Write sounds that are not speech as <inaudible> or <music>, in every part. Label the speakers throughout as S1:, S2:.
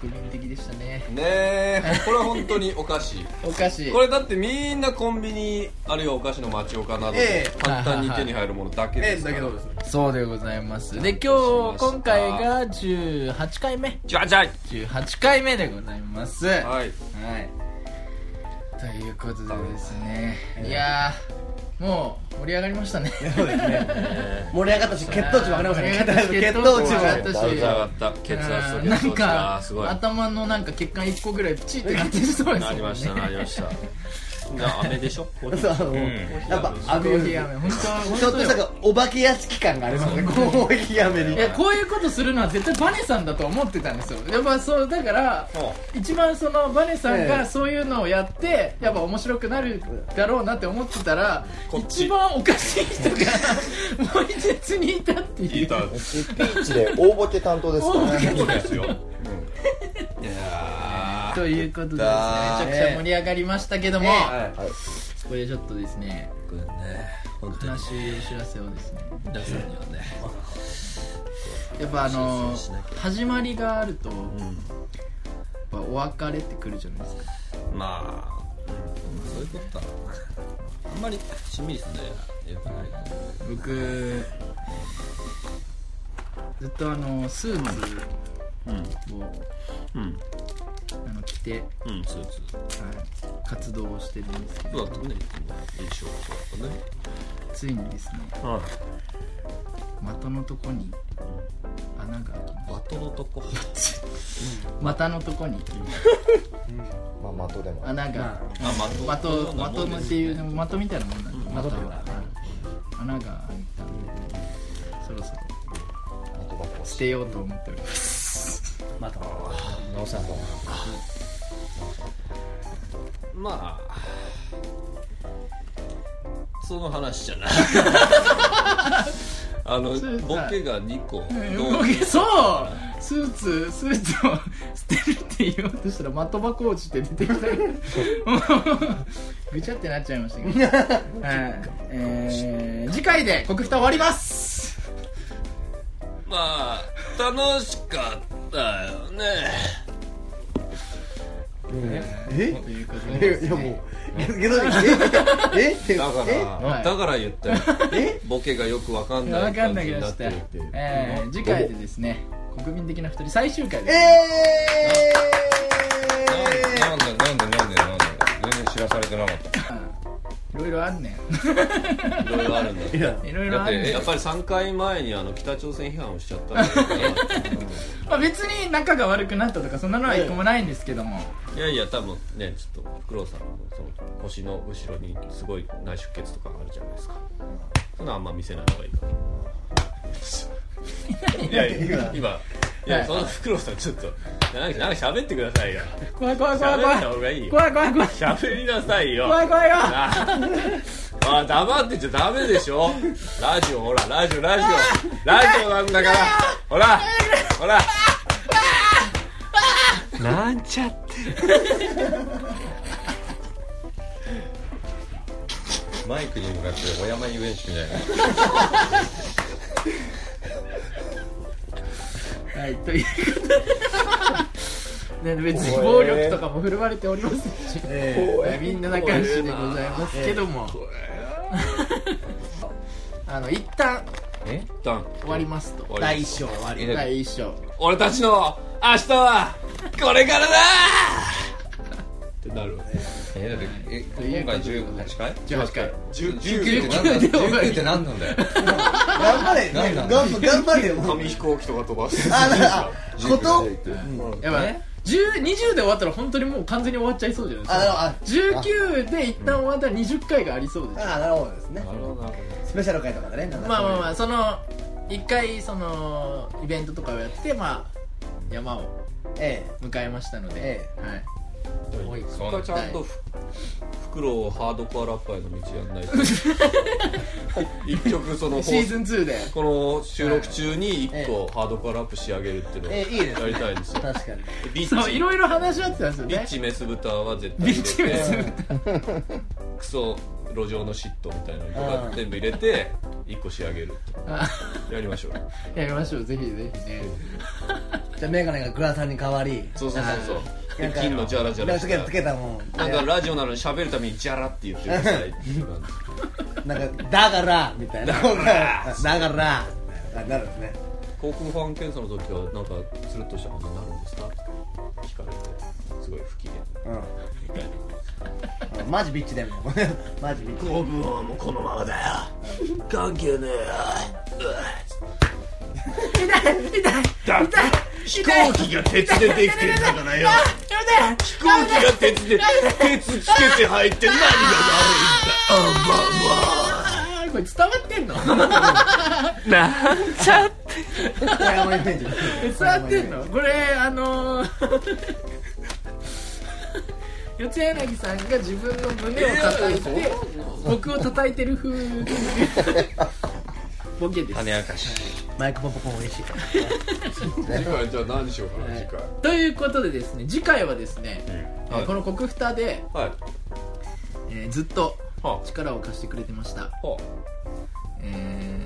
S1: 国民的でしたね
S2: ねえこれは本当にお菓子
S1: お菓子
S2: これだってみんなコンビニあるいはお菓子の町岡など
S3: え
S2: で
S3: え
S2: 簡単に手に入るものだけ
S3: え
S2: で
S3: え
S2: すか
S3: だ
S2: ら、
S3: けどですね
S1: そうでございますで今
S2: お
S1: 日
S2: 待たせしま
S1: 今
S2: した
S1: 回が18回目
S2: じゃあじゃ
S1: 18回目でございます
S2: あ
S1: は
S2: はい
S1: いということでですねいやーもう盛り上がりましたね
S3: そうですね <laughs> 盛り上がったし血糖値も上がりましたね
S1: 血
S3: 血
S1: 糖値
S3: 糖値も
S1: 上がったし
S2: だいぶ上がった血圧と血
S1: <laughs> な
S2: 糖
S1: ん
S2: 値が
S1: か
S2: すごい
S1: 頭のなんか血管1個ぐらいプチってなってそうですもんね
S2: なりましたなりましたじゃあ飴でしょコーヒ
S3: そう
S2: ー
S3: あの
S2: ん
S3: やっぱ
S1: コ
S3: ア
S1: ーヒ
S3: ビ
S1: ー飴本当
S3: ちょっと
S1: 本
S3: したなんかお化け屋敷感がありますねコーヒー飴
S1: 当
S3: に
S1: いやこういうことするのは絶対バネさんだと思ってたんですよやっぱそうだから
S2: そう
S1: 一番そのバネさん
S3: え
S1: が
S3: え
S1: そういうのをやってやっぱ面白くなるだろうなって思ってたら
S2: こっち
S1: 一番おかしい人
S2: <laughs>
S1: がもう一列にいたってい
S2: いうたん
S4: ピーチで大ボケ担当ですからね
S2: そうですよ、うん、いや
S1: ということでですねめちゃくちゃ盛り上がりましたけども、
S2: ーはい
S4: はい
S1: これちょっとですね
S2: これね本当に
S1: 悲しい知らせをですね
S2: 皆さんにはね
S1: やっぱあの
S2: 申請しなきゃ
S1: 始まりがあると、やっぱお別れってくるじゃないですか
S2: まあうんそういうことだなあんまりしんみりすんだよよくないかな
S1: 僕ずっとあのスーツを、
S2: うん
S1: あの着て、は
S2: うんスーツ
S1: い、活動をしてるんですけ
S2: そう
S1: ど
S2: だったね印象そうだっ
S1: ついにですね
S2: たねはい
S1: 的のとこに穴が開きま
S2: バトのとこ
S1: した股のとこに
S4: まあ的でもある
S1: 穴が
S2: あ
S1: 的
S2: ま
S1: 的のっていう
S2: ね
S1: 的みたいなもんなんで
S2: うん
S1: 的が穴が開いたんでそろそろ
S4: 的だと
S1: 捨てようと思っております
S3: また
S4: 直さんと
S2: まあその話じゃない
S1: <laughs>
S2: あの
S1: そう
S2: ボケが2個
S1: 動きそうスーツスーツを捨てるって言おうとしたら的場コーチって出てきたけどぐちゃってなっちゃいましたけど、はいえー次回で国ふた終わります
S2: まあ楽しかったよね
S3: え
S1: ということ
S3: い
S1: で
S3: や
S1: です
S3: いやもう
S1: ね
S3: けどええって
S2: だから
S3: え
S2: だから言
S1: <laughs>
S2: ったよ
S3: え
S2: ボケがよくわかん
S1: いや
S2: な
S1: わ
S2: い
S1: か
S2: 感
S1: んな
S2: じ
S1: く
S2: に
S1: な
S2: な
S1: っ
S2: っててる
S1: えー次回でですね国民的な2人最終回
S3: え
S1: です
S3: ー
S5: なんでなんでなんでなんで全然知らされてなかった
S1: いろいろあんね
S2: いろいろあるんだ
S3: いや
S1: んいろい
S2: だ
S1: ろ
S2: っ
S1: あ
S2: て
S1: んねん
S2: やっぱり3回前にあの北朝鮮批判をしちゃったから
S1: まあ、別に仲が悪くなったとかそんなのは一個もないんですけども、
S2: いやいや多分ねちょっと黒さんのその腰の後ろにすごい内出血とかあるじゃないですかそんなあんま見せない方がいいかないやいや今い
S1: は
S2: や
S1: い
S2: その黒さんちょっとなんかなんか喋ってくださいよ
S1: 怖い怖い怖い怖
S2: 喋っ
S1: い
S2: た方がいいよ
S1: 怖い怖い怖い
S2: 喋りなさいよ
S1: 怖い怖いよ
S2: ああ黙ってちゃダメでしょラジオほらラジオラジオラジオなんだからほらほらなんちゃって
S5: マイクに向かってお山遊園地みたいな
S1: はいということでね別に暴力とかも振るわれておりませんし、みんな仲良しでございますけども、あの一旦
S2: 一旦
S1: 終わりますと
S2: 終わ
S3: 第
S2: り
S3: 一章終わり
S1: 第一章
S2: 俺たちの明日はこれからだってなる
S5: えだってえ今回18回
S1: 18回
S5: 19
S1: って
S5: っ
S1: 何
S5: て
S1: なんだ19っ
S5: 何だ19ってて何なんだよ
S3: 頑張れ
S5: なんなん
S3: 頑張頑張れよ
S2: 紙飛行機とか飛ばす
S3: あなこと
S1: やばい10 20で終わったら本当にもう完全に終わっちゃいそうじゃないですか
S3: あ
S1: 19で一旦終わったら20回がありそうです、
S3: ああなるほどですねスペシャル回とかでねなんか
S1: まあまあまあその一回そのイベントとかをやってまあ山を
S3: え
S1: 迎えましたので、
S3: え
S1: はい
S2: そこはちゃんとふ袋をハードコアラッパーへの道やんない
S1: <laughs>
S2: と一曲その
S1: シーズン2で
S2: この収録中に1個ハードコアラップ仕上げるっていうのを
S3: ええいいですね
S2: やりたいんです
S1: <laughs>
S2: よ
S3: え確かに
S2: リッ
S1: そうい
S2: チ
S1: ろいろ話し合ってたんですよ
S2: リッ
S1: ね
S2: チメス豚は絶対
S1: ビッチ
S2: 入
S1: メス
S2: れてクソ路上の嫉妬みたいなのと
S3: う
S2: か
S3: ん
S2: 全部入れて1個仕上げる
S1: あ
S2: やりましょう
S1: やりましょうぜひぜひね
S3: じゃあメガネがグラサンに変わり
S2: そうそうそうそうで
S3: なんか
S2: 金のジャラジャラ
S3: つ
S2: し
S3: け
S2: た
S3: つけたもん
S2: なんかラジオなのに喋るためにジャラって言ってるみたい
S3: なんかだからみたいなだからだからなるんですね
S2: 航空保安検査の時はなんかつるっとした感じになるんですか聞かれてすごい不機嫌
S3: うんマジビッチだよみたいな <laughs> マジビッチ
S2: 僕はもうこのままだよ関係ねえよ痛い痛いだって飛行機が鉄でできてるんだからよ飛行機が鉄で鉄つけて入って何が悪いんだ
S1: あーこれ伝わってんの
S3: 小山イメージ
S1: 伝わってんのこれあのー <laughs> 四谷柳さんが自分の胸を叩いて僕を叩いてる風ボケです
S5: 種明かし
S3: マイクポンポンポン美味しい
S2: まあまあ次回じゃあ何しようかな次回
S1: ということでですね次回はですね、えー
S2: はい
S1: この「国二で、
S2: はい
S1: えーずっと
S2: は
S1: 力を貸してくれてました、
S2: あは
S1: えー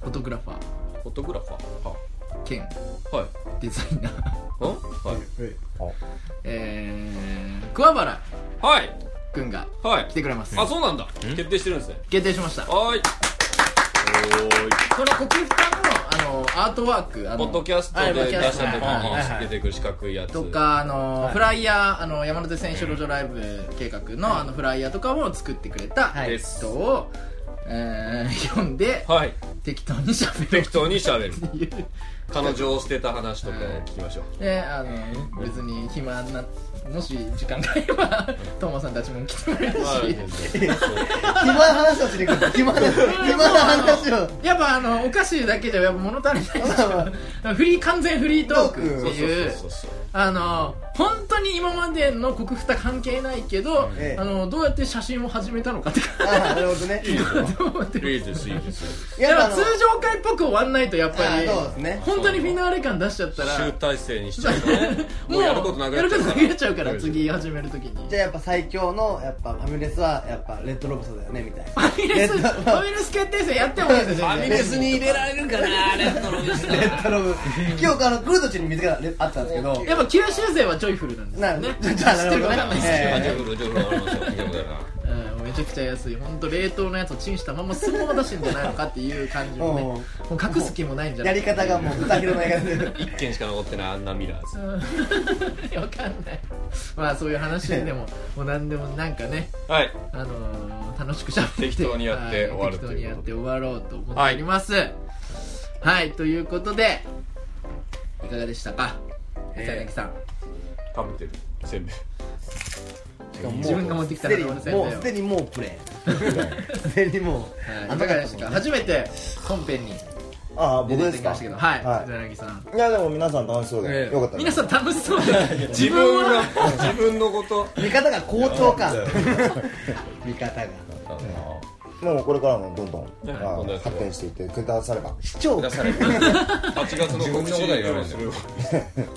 S1: フォトグラファー
S2: あフォトグラファーは
S1: 兼
S2: あはい
S1: デザイナー、
S2: うんはい
S1: えー、桑原
S2: はい
S1: くんが
S2: はい
S1: 来てくれます
S2: あそうなんだ決定してるんですね
S1: 決定しましたこ
S2: はーい
S1: の国二のあのアートワークあ
S2: ポ
S1: の
S2: ッドキャスト
S1: あ
S2: で
S1: ポッド
S2: 出
S1: キ
S2: した
S1: ャス
S2: 時
S1: トはいはいはい
S2: に出てくる四角いやつ
S1: とかあの、フライヤーあの山手線書路上ライブ計画の,、あのフライヤーとかも作ってくれた
S3: はい
S2: で
S1: 人
S2: す
S1: を、えー読んで
S2: はい
S1: 適当に喋る
S2: 適当に喋る
S1: っていう
S2: 彼女を捨てた話とかを聞きましょう
S1: であの別に暇なもし時間があればトーマさんたちも来てもらえるし、
S2: はい
S3: 暇な話をしに来る暇な暇な話を
S1: やっぱあのお菓子だけじゃやっぱ物足り <laughs> ないでしょフリー完全フリートークっていう
S2: そうそうそうそう
S1: あの本当に今までの国二関係ないけど、
S3: ええ
S1: あのどうやって写真を始めたのかって
S3: ああなるほどね
S1: <laughs> どう思ってる
S2: いいですいいです
S3: い
S1: だから
S3: あの
S1: 通常回っぽく終わんないとやっぱり
S3: あそうですね
S1: 本当にフィナーレ感出しちゃったら <laughs>
S2: 集大成にしちゃうとねもうやることなくなっちゃうから
S1: やることなくなっちゃうから次始めるときに
S3: じゃあやっぱ最強のやっぱファミレスはやっぱレッドロブスだよねみたいな
S1: ファミレスファミレス決定戦やってもいいですよ
S3: ファミレス
S1: に入れられ
S3: レッドロブ今日あの来る途中に水があったんですけど
S1: やっぱ九州勢はジョイフルなんですよね
S3: な <laughs> じゃあ
S1: 知ってるかわかんないですけど、
S3: え
S5: あジョブロジョブロありますよジョブロだな
S1: うんめちゃくちゃ安い本当冷凍のやつをチンしたままそのまま出してんじゃないのかっていう感じのねもう隠す気もないんじゃな
S3: や
S1: い
S3: り方がもう二広の映画で
S2: 一件しか残ってないあんなミラーズ
S1: わかん <laughs> ないまあそういう話でももう何でもなんかね、
S2: はい
S1: あのー楽しくしゃべって
S2: 適当にやって終わる
S1: はい適
S2: と
S1: 当に
S2: いう
S1: やっ
S2: こと
S1: て終わろうと思っておりますはい、ということでいかがでしたか
S3: ええ
S1: 佐々木さん、
S2: 食べてるせんべい
S1: <laughs> 自分が持ってきた
S3: す
S1: ら
S3: でに
S1: ごめんなさい
S3: もうすでにもうプレ
S1: <laughs>
S3: イすでにもう
S1: はい、い
S3: あ
S1: かがでしたか初めて本編に
S4: ああ
S1: 出
S4: 僕
S1: てき
S4: です
S1: ま
S4: か
S1: したけどはい、
S4: はい
S1: 佐々木さん
S4: いやでも皆さん楽しそうで、
S2: ええ
S4: よかったです
S1: 皆さん楽しそうで
S2: 自分が自分のこと
S3: 味方が好調か <laughs> 味方が
S4: もうこれからもどんどん、
S2: え
S4: あ
S2: どんどんやっていこう
S4: 発展していってくだされば
S3: 市長
S5: 出される
S2: 8月の
S5: 自分のことは言わないんだよ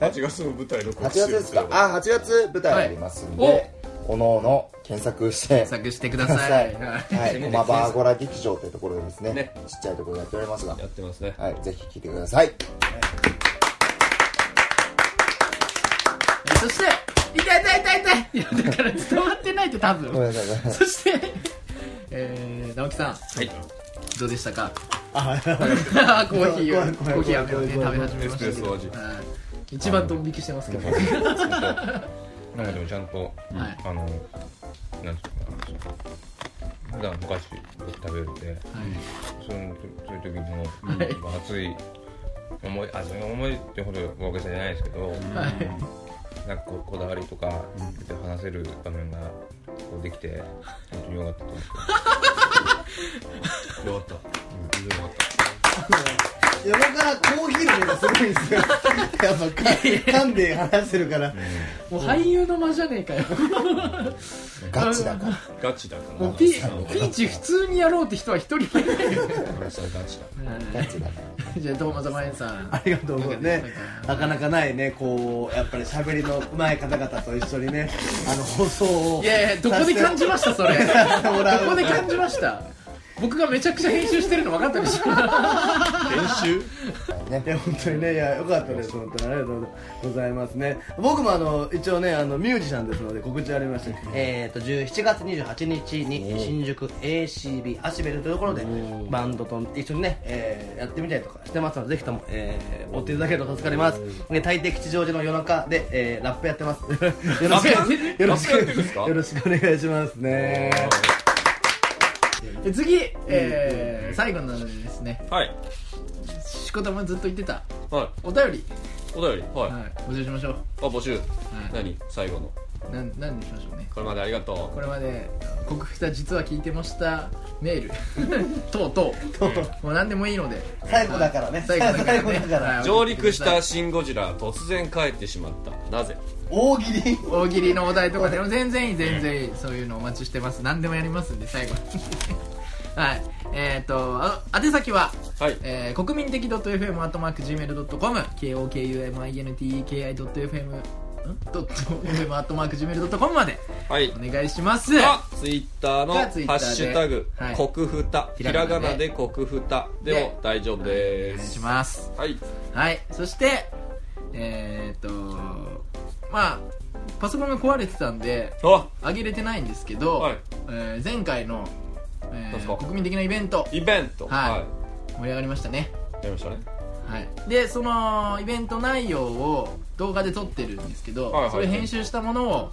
S2: 8月の舞台の
S4: 8
S2: 告知
S4: 月ですかあ8月舞台がありますんで、
S1: はい
S4: おのおの検索して
S1: 検索してくだ
S4: く
S1: さい
S4: は
S1: はい
S4: い駒場アゴラ劇場というところでですね
S2: ね
S4: ちっちゃいところでやっておりますが
S2: やってますね
S4: はいぜひ聞いてください
S1: えそして痛い痛い痛い痛いいやだから伝わってないって多
S4: ごめ
S1: 分
S4: んなさい
S1: そして、えー、直樹さんはいどうでしたか
S3: あ
S1: あーコーヒーをコ
S3: 怖
S1: ー
S3: い怖い怖い
S1: ヒー飴をね
S3: 怖
S1: 食
S3: い
S1: べ
S3: 怖
S1: 始め
S3: い
S1: ま
S2: エス
S1: したけ
S2: プレッ
S1: ど
S2: ソ味
S1: はい一番ドン引きしてますけどはい
S5: なんかでもちゃんと、
S1: はい
S5: あのなんていうのかな普段お菓子食べるんでそのそういう時にも、
S1: い
S5: まあ熱い思いあその思いってほど大げさじゃないですけど、
S1: はい
S5: なんかここだわりとか、で話せる場面がこうできて本当に良かったと思ってよかった
S3: 横からコーヒーの量がすごいんで
S1: <laughs>
S3: すよやっぱ噛んで話せるから
S1: もう俳優の間じゃねえかよ
S4: ガチだから
S2: ガチだか
S1: も
S2: ら
S1: うピピーチ普通にやろうって人は一人もいないよ
S2: 俺さガチだ
S1: は
S4: ガ
S1: い
S4: チだから
S1: じゃあトーマザマエンさん
S3: ありがとうございますねなかなかないねこうやっぱり喋りの上手い方々と一緒にねあの放送を
S1: いやいやどこで感じましたそれど
S3: させてもらう
S1: こで感じました僕がめちゃくちゃ編集してるの分かったでしょ
S2: 練習
S4: ね
S3: いや本当にねいや良かったです本当にありがとうございますね僕もあの一応ねあのミュージシャンですので告知ありましてえっと17月28日に新宿 ACB アシベルというところでバンドと一緒にね、えーやってみたりとかしてますのでぜひとも、えー追っていただけると助かりますね大抵吉祥寺の夜中で、えーラップやって <laughs> ますよろ
S2: ラッ
S3: し
S2: プやって
S3: くよろし
S2: ラップやってるんです
S3: く
S2: か
S3: よろしくお願いしますね
S1: で次、えー最後なのでですね
S2: はい
S1: しこたまずっと言ってた
S2: はい
S1: お便り、
S2: お便りはい、
S1: はい、募集しましょう
S2: あ募集、
S1: い
S2: 何最後の
S1: なん何にしましょうね
S2: これまでありがと
S1: これまで「国府た実は聞いてました」メ
S2: <laughs>
S1: ール等々もう何でもいいので
S3: 最後だからね
S1: 最後だから,、ね
S3: 最後だから
S1: は
S2: う
S1: い
S2: 上陸したシン・ゴジラ突然帰ってしまったなぜ
S3: 大喜利
S1: 大喜利のお題とかでも全然いい全然いいそういうのお待ちしてます何でもやりますんで最後 <laughs> はいえっ、ー、とあ宛先は
S2: はい
S1: えー、国民的 .fm.gmail.com kokuminteki.fm ん .fm.gmail.com まで
S2: はい
S1: お願いします
S2: かツイッターのハ
S1: かツイッター
S2: ッ
S1: で
S2: シュタグ
S1: は
S2: 「
S1: い
S2: コクフタ」ひ
S1: ひら
S2: ら
S1: がなで
S2: がなで「コクフタ」でも大丈夫
S1: お
S2: で
S1: 願いし
S2: す
S1: ます
S2: はい
S1: はいそしてえー、っとまあパソコンが壊れてたんで
S2: あ
S1: 上げれてないんですけど、
S2: はい
S1: えー前回の、え
S2: どうですか
S1: ー、国民的なイベント
S2: イベント
S1: はい
S2: は
S1: 盛り上がりましたね
S2: いやりましたね
S1: はい、でそのイベント内容を動画で撮ってるんですけど、
S2: はいはい
S1: それ編集したものを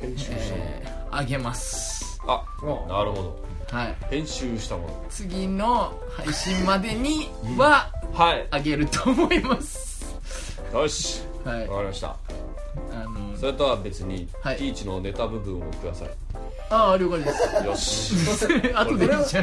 S1: えーあげます、
S2: あなるほど
S1: はい、
S2: 編集したもの
S1: 次の配信までには
S2: はい
S1: あげると思います、
S2: よし
S1: はい
S2: わ、かりました
S1: あの
S2: それとは別にピ
S1: はい
S2: ーチのネタ部分をくださ
S1: <laughs>
S2: い
S1: ああ了
S2: <laughs>
S1: 解です
S2: よし
S1: 後でいいじゃ
S2: 使え
S1: ん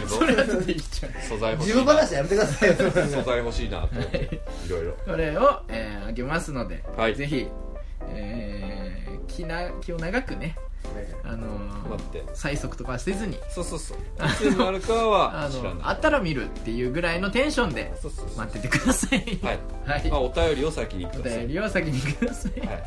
S2: るぞ
S1: それ後でいいじゃん
S2: 素材欲し
S3: 自
S2: い
S3: 分
S2: な
S3: 話やめてくださいよ <laughs>
S2: 素材欲しいなと思っていろいろ
S1: それを、えーあげますので、
S2: はい
S1: ぜひ、えー気な気を長くね、あのー
S2: 待って
S1: 催促とかせずに
S2: そうそうそういつになるかは
S1: あ
S2: 知ら
S1: のあ
S2: ない
S1: ったら見るっていうぐらいのテンションで
S2: そうそうそう
S1: 待っててください
S2: はい、
S1: はい
S2: まあ、お便りを先にく
S1: お
S2: ださい
S1: 便りを先にください、
S2: はい
S1: はい、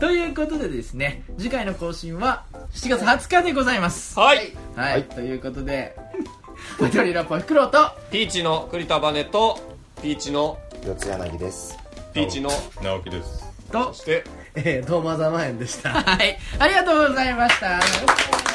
S1: ということでですね次回の更新は7月20日でございます
S2: はい、
S1: はい、
S4: はい
S1: ということで <laughs> バトリーラッパーフクロウと
S2: ピーチの栗田バネとピーチの
S4: 四つ柳です
S2: ピーチの
S5: 直樹です
S1: と
S2: そして
S3: えー、トーマザマエンでした
S1: はいありがとうございました